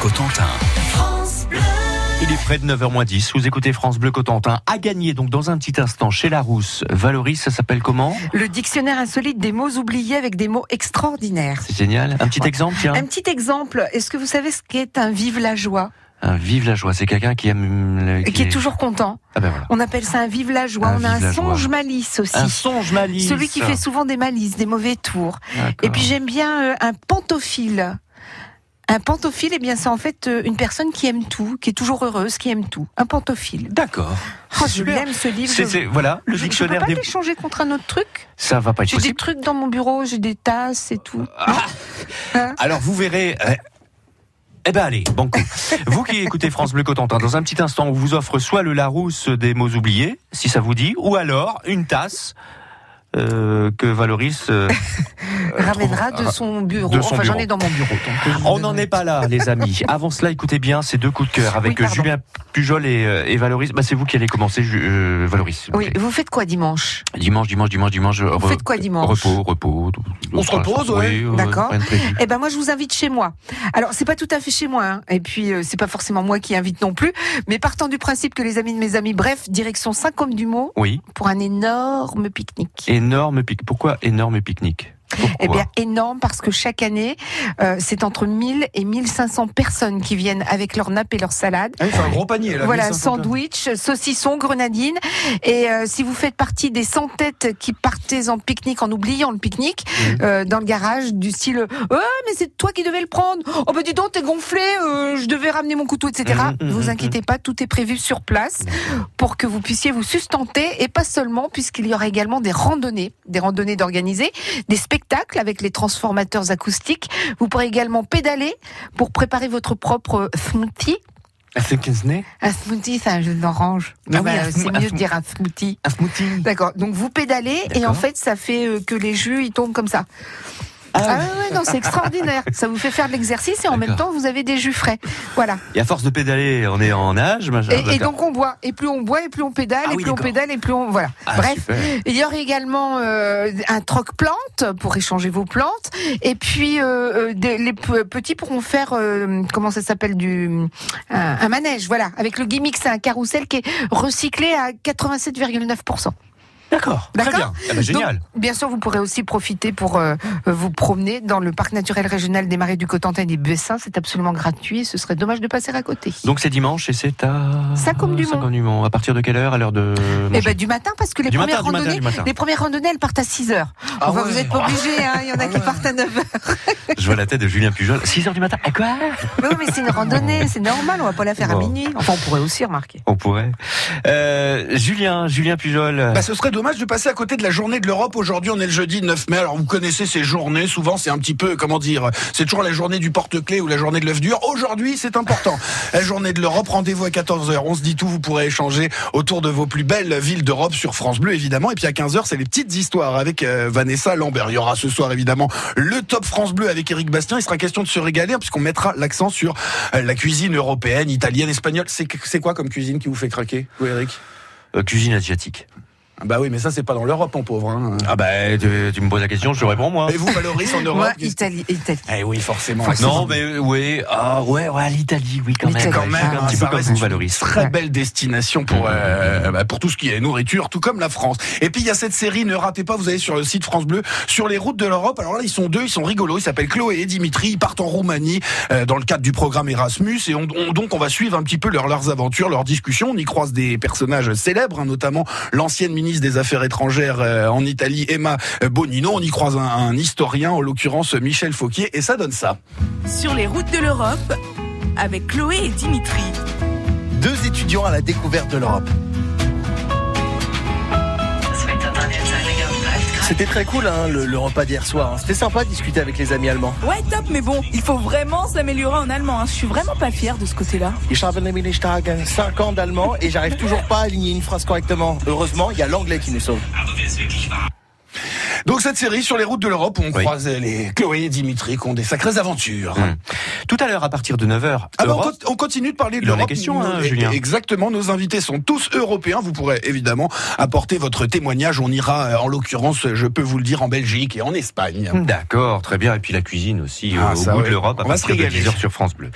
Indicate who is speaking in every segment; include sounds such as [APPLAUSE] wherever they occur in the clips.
Speaker 1: Cotentin.
Speaker 2: Il est près de 9h10. Vous écoutez France Bleu Cotentin. À gagner, donc, dans un petit instant, chez Larousse. Valoris, ça s'appelle comment
Speaker 3: Le dictionnaire insolite des mots oubliés avec des mots extraordinaires.
Speaker 2: C'est génial. Un petit
Speaker 3: Ouais.
Speaker 2: exemple, tiens.
Speaker 3: Un petit exemple, est-ce que vous savez ce qu'est un vive la joie
Speaker 2: Un vive la joie. C'est quelqu'un qui aime. le-
Speaker 3: Qui est toujours content.
Speaker 2: Ah ben voilà.
Speaker 3: On appelle ça un vive la joie.
Speaker 2: Un
Speaker 3: On a
Speaker 2: vive la joie.
Speaker 3: un songe malice aussi.
Speaker 2: Un songe malice.
Speaker 3: Celui qui fait souvent des malices, des mauvais tours.
Speaker 2: D'accord.
Speaker 3: Et puis j'aime bien euh, un pantophile. Un pantophile, eh bien, c'est en fait euh, une personne qui aime tout, qui est toujours heureuse, qui aime tout. Un pantophile.
Speaker 2: D'accord.
Speaker 3: Oh, je
Speaker 2: Super.
Speaker 3: l'aime ce livre.
Speaker 2: C'est-
Speaker 3: je-
Speaker 2: c'est- voilà, le
Speaker 3: je-
Speaker 2: dictionnaire
Speaker 3: Je peux
Speaker 2: des.
Speaker 3: pas l'échanger contre un autre truc.
Speaker 2: Ça va pas être
Speaker 3: J'ai des
Speaker 2: possible.
Speaker 3: trucs dans mon bureau, j'ai des tasses et tout.
Speaker 2: Alors vous verrez. euh, Eh ben allez, bon coup. Vous qui écoutez France Bleu Cotentin, dans un petit instant, on vous offre soit le Larousse des mots oubliés, si ça vous dit, ou alors une tasse euh, que Valoris.
Speaker 3: [LAUGHS]
Speaker 2: euh,
Speaker 3: Ramènera
Speaker 2: trouve-
Speaker 3: de son bureau.
Speaker 2: de son
Speaker 3: enfin, j'en
Speaker 2: bureau. Ah,
Speaker 3: ai dans mon bureau. donc, euh, je vous
Speaker 2: On n'en
Speaker 3: donnerai.
Speaker 2: est pas là, les amis. Avant cela, écoutez bien ces deux coups de cœur avec euh,
Speaker 3: Oui, pardon.
Speaker 2: Julien Pujol et, euh, et Valoris. Bah, c'est vous qui allez commencer, Ju- euh, Valoris. s'il vous
Speaker 3: Oui,
Speaker 2: plaît.
Speaker 3: vous faites quoi dimanche
Speaker 2: Dimanche, dimanche, dimanche, dimanche.
Speaker 3: Vous faites quoi dimanche
Speaker 2: Euh, Repos, repos.
Speaker 4: On se repose, ouais.
Speaker 2: Oui, euh,
Speaker 3: D'accord.
Speaker 2: rien de prévu.
Speaker 3: Eh ben moi je vous invite chez moi. Alors c'est pas tout à fait chez moi, hein. et puis euh, c'est pas forcément moi qui invite non plus. Mais partant du principe que les amis de mes amis, bref, direction Saint-Côme-du-Mont
Speaker 2: Oui.
Speaker 3: pour un énorme pique-nique.
Speaker 2: Énorme pique. Pourquoi énorme pique-nique Pourquoi
Speaker 3: Eh bien énorme parce que chaque année euh, c'est entre 1000 et 1500 personnes qui viennent avec leur nappe et leur salade.
Speaker 4: Ah oui, c'est un gros panier là.
Speaker 3: Voilà,
Speaker 4: 1500.
Speaker 3: sandwich, saucisson, grenadine. Et euh, si vous faites partie des sans têtes qui partez en pique-nique en oubliant le pique-nique
Speaker 2: Mhm.
Speaker 3: euh, dans le garage, du style Ah, mais c'est toi qui devais le prendre. Oh, bah dis donc, t'es gonflé, euh, je devais ramener mon couteau, etc.
Speaker 2: Mhm, mhm,
Speaker 3: vous
Speaker 2: mhm.
Speaker 3: inquiétez pas, tout est prévu sur place pour que vous puissiez vous sustenter et pas seulement, puisqu'il y aura également des randonnées, des randonnées d'organiser, des spectacles avec les transformateurs acoustiques. Vous pourrez également pédaler pour préparer votre propre smoothie. Un smoothie, c'est un jus d'orange. Ah
Speaker 4: Ah
Speaker 3: oui,
Speaker 4: bah,
Speaker 3: euh,
Speaker 4: un
Speaker 3: c'est
Speaker 4: smo- un
Speaker 3: mieux de
Speaker 4: smo-
Speaker 3: dire un smoothie.
Speaker 4: Un smoothie.
Speaker 3: D'accord. Donc vous pédalez et en
Speaker 2: D'accord.
Speaker 3: fait ça fait euh, que les jus ils tombent comme ça. Ah, ouais, ouais, non, c'est [LAUGHS] extraordinaire. ça vous fait faire de l'exercice et en même temps vous avez des jus frais. Voilà.
Speaker 2: Et à force de pédaler, on est en âge, machin.
Speaker 3: Et, et
Speaker 2: d'accord.
Speaker 3: donc on boit et plus on boit et plus on pédale
Speaker 2: Ah
Speaker 3: et
Speaker 2: oui,
Speaker 3: plus on
Speaker 2: d'accord.
Speaker 3: pédale et plus on voilà.
Speaker 2: Ah,
Speaker 3: Bref,
Speaker 2: super.
Speaker 3: il y aura également euh, un troc plante pour échanger vos plantes et puis euh, euh, des- les p- petits pourront faire euh, comment ça s'appelle du un, un manège voilà avec le gimmick c'est un carrousel qui est recyclé à 87,9%.
Speaker 2: D'accord. Très
Speaker 3: D'accord
Speaker 2: bien.
Speaker 4: Eh
Speaker 2: Ah
Speaker 4: ben,
Speaker 2: bah, génial.
Speaker 3: Donc, bien sûr, vous pourrez aussi profiter pour euh, euh, vous promener dans le parc naturel régional des Marais du Cotentin et des Bessins. C'est absolument gratuit et ce serait dommage de passer à côté.
Speaker 2: Donc c'est dimanche et c'est à
Speaker 3: Saint-Côme-du-Mont.
Speaker 2: Saint-Côme-du-Mont. À partir de quelle heure À l'heure de
Speaker 3: Eh
Speaker 2: manger
Speaker 3: ben, du matin, parce que les
Speaker 2: Du matin,
Speaker 3: premières
Speaker 2: du matin,
Speaker 3: randonnées,
Speaker 2: du matin.
Speaker 3: les premières randonnées, elles partent à 6 heures.
Speaker 4: Ah
Speaker 3: Enfin,
Speaker 4: ouais.
Speaker 3: vous n'êtes pas obligés, hein. Il y en a
Speaker 2: Ah
Speaker 3: qui partent à 9 heures.
Speaker 2: Je vois la tête de Julien Pujol. 6h du matin. À quoi
Speaker 3: Mais oui, mais c'est une randonnée, c'est normal, on va pas la faire à
Speaker 2: Bon.
Speaker 3: minuit. Enfin, on pourrait aussi remarquer.
Speaker 2: On pourrait. Euh, Julien, Julien Pujol.
Speaker 4: Bah, ce serait dommage de passer à côté de la journée de l'Europe. Aujourd'hui, on est le jeudi 9 mai. Alors, vous connaissez ces journées. Souvent, c'est un petit peu, comment dire, c'est toujours la journée du porte-clés ou la journée de l'œuf dur. Aujourd'hui, c'est important. La journée de l'Europe, rendez-vous à 14h. On se dit tout, vous pourrez échanger autour de vos plus belles villes d'Europe sur France Bleu, évidemment. Et puis à 15h, c'est les petites histoires avec euh, Vanessa Lambert. Il y aura ce soir, évidemment, le top France Bleu avec Eric Bastien. Il sera question de se régaler hein, puisqu'on mettra l'accent sur euh, la cuisine européenne, italienne, espagnole. C'est c'est quoi comme cuisine qui vous fait craquer, vous, Eric
Speaker 2: Euh, cuisine asiatique.
Speaker 4: bah oui, mais ça, c'est pas dans l'Europe, en pauvre. Hein.
Speaker 2: Ah bah tu, tu me poses la question, je réponds moi.
Speaker 4: Et vous, Valoris, en Europe
Speaker 3: Moi,
Speaker 4: qu'est-ce-
Speaker 3: Italie, Italie.
Speaker 4: Eh oui, forcément.
Speaker 2: Non mais euh, oui, ah ouais, ouais, l'Italie, oui quand même.
Speaker 3: L'Italie,
Speaker 2: Ouais,
Speaker 4: quand
Speaker 2: je
Speaker 4: même, ah,
Speaker 2: suis un petit
Speaker 4: ça
Speaker 2: peu comme
Speaker 4: reste
Speaker 2: vous,
Speaker 4: une
Speaker 2: Valoris.
Speaker 4: Très belle destination pour euh, bah, pour tout ce qui est nourriture, tout comme la France. Et puis il y a cette série, ne ratez pas, vous allez sur le site France Bleu, sur les routes de l'Europe. Alors là, ils sont deux, ils sont rigolos, ils s'appellent Chloé et Dimitri, ils partent en Roumanie euh, dans le cadre du programme Erasmus, et on, on- donc on va suivre un petit peu leurs leurs aventures, leurs discussions. On y croise des personnages célèbres, hein, notamment l'ancienne ministre des Affaires étrangères euh, en Italie, Emma euh, Bonino. On y croise un, un historien, en l'occurrence Michel Fauquier, et ça donne ça.
Speaker 5: Sur les routes de l'Europe, avec Chloé et Dimitri.
Speaker 6: deux étudiants à la découverte de l'Europe. C'était très cool hein, le, le repas d'hier soir. hein. C'était sympa de discuter avec les amis allemands.
Speaker 5: Ouais, top, mais bon, il faut vraiment s'améliorer en allemand. hein. Je suis vraiment pas fière de ce côté-là.
Speaker 6: Ich habe nämlich nicht Tage, 5 ans d'allemand et j'arrive toujours pas à aligner une phrase correctement. Heureusement, il y a l'anglais qui nous sauve.
Speaker 4: Donc cette série sur les routes de l'Europe, où on
Speaker 2: Oui.
Speaker 4: croisait les Chloé et Dimitri qui ont des sacrées aventures.
Speaker 2: Hum. Tout à l'heure, à partir de 9h,
Speaker 4: Hein. Ah bah, on co- on continue de parler de
Speaker 2: Il en est
Speaker 4: l'Europe.
Speaker 2: question, hein,
Speaker 4: Nous-
Speaker 2: Julien.
Speaker 4: Exactement, nos invités sont tous européens. Vous pourrez évidemment apporter votre témoignage. On ira, euh, en l'occurrence, je peux vous le dire, en Belgique et en Espagne.
Speaker 2: Hum, D'accord, très bien. Et puis la cuisine aussi,
Speaker 4: Ah,
Speaker 2: euh, au
Speaker 4: ça,
Speaker 2: goût
Speaker 4: ouais.
Speaker 2: de l'Europe, à
Speaker 4: On va se
Speaker 2: partir de
Speaker 4: régaler.
Speaker 2: 10h sur France Bleu.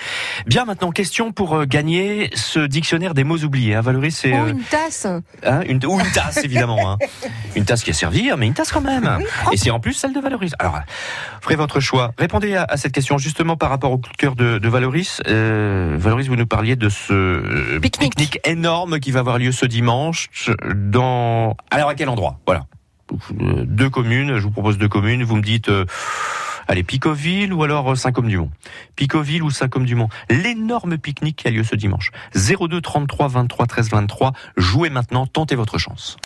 Speaker 2: Bien, maintenant, question pour euh, gagner ce dictionnaire des mots oubliés. Hein, Valérie, c'est...
Speaker 3: Oh,
Speaker 2: euh,
Speaker 3: une tasse.
Speaker 2: hein, une, ou une tasse,
Speaker 3: [LAUGHS]
Speaker 2: évidemment. hein. Une tasse qui est servie, mais une tasse quand même. Et c'est en plus celle de Valoris. Alors, ferez votre choix. Répondez à, à cette question, justement, par rapport au coup de cœur de, de Valoris. Euh, Valoris, vous nous parliez de ce euh,
Speaker 3: Pique-nique.
Speaker 2: énorme qui va avoir lieu ce dimanche dans... Alors, à quel endroit Voilà. Euh, Deux communes, je vous propose deux communes. Vous me dites... euh, Allez, Picoville ou alors euh, Saint-Côme-du-Mont. Picoville ou Saint-Côme-du-Mont. L'énorme pique-nique qui a lieu ce dimanche. 02 33 23 13 23. Jouez maintenant, tentez votre chance.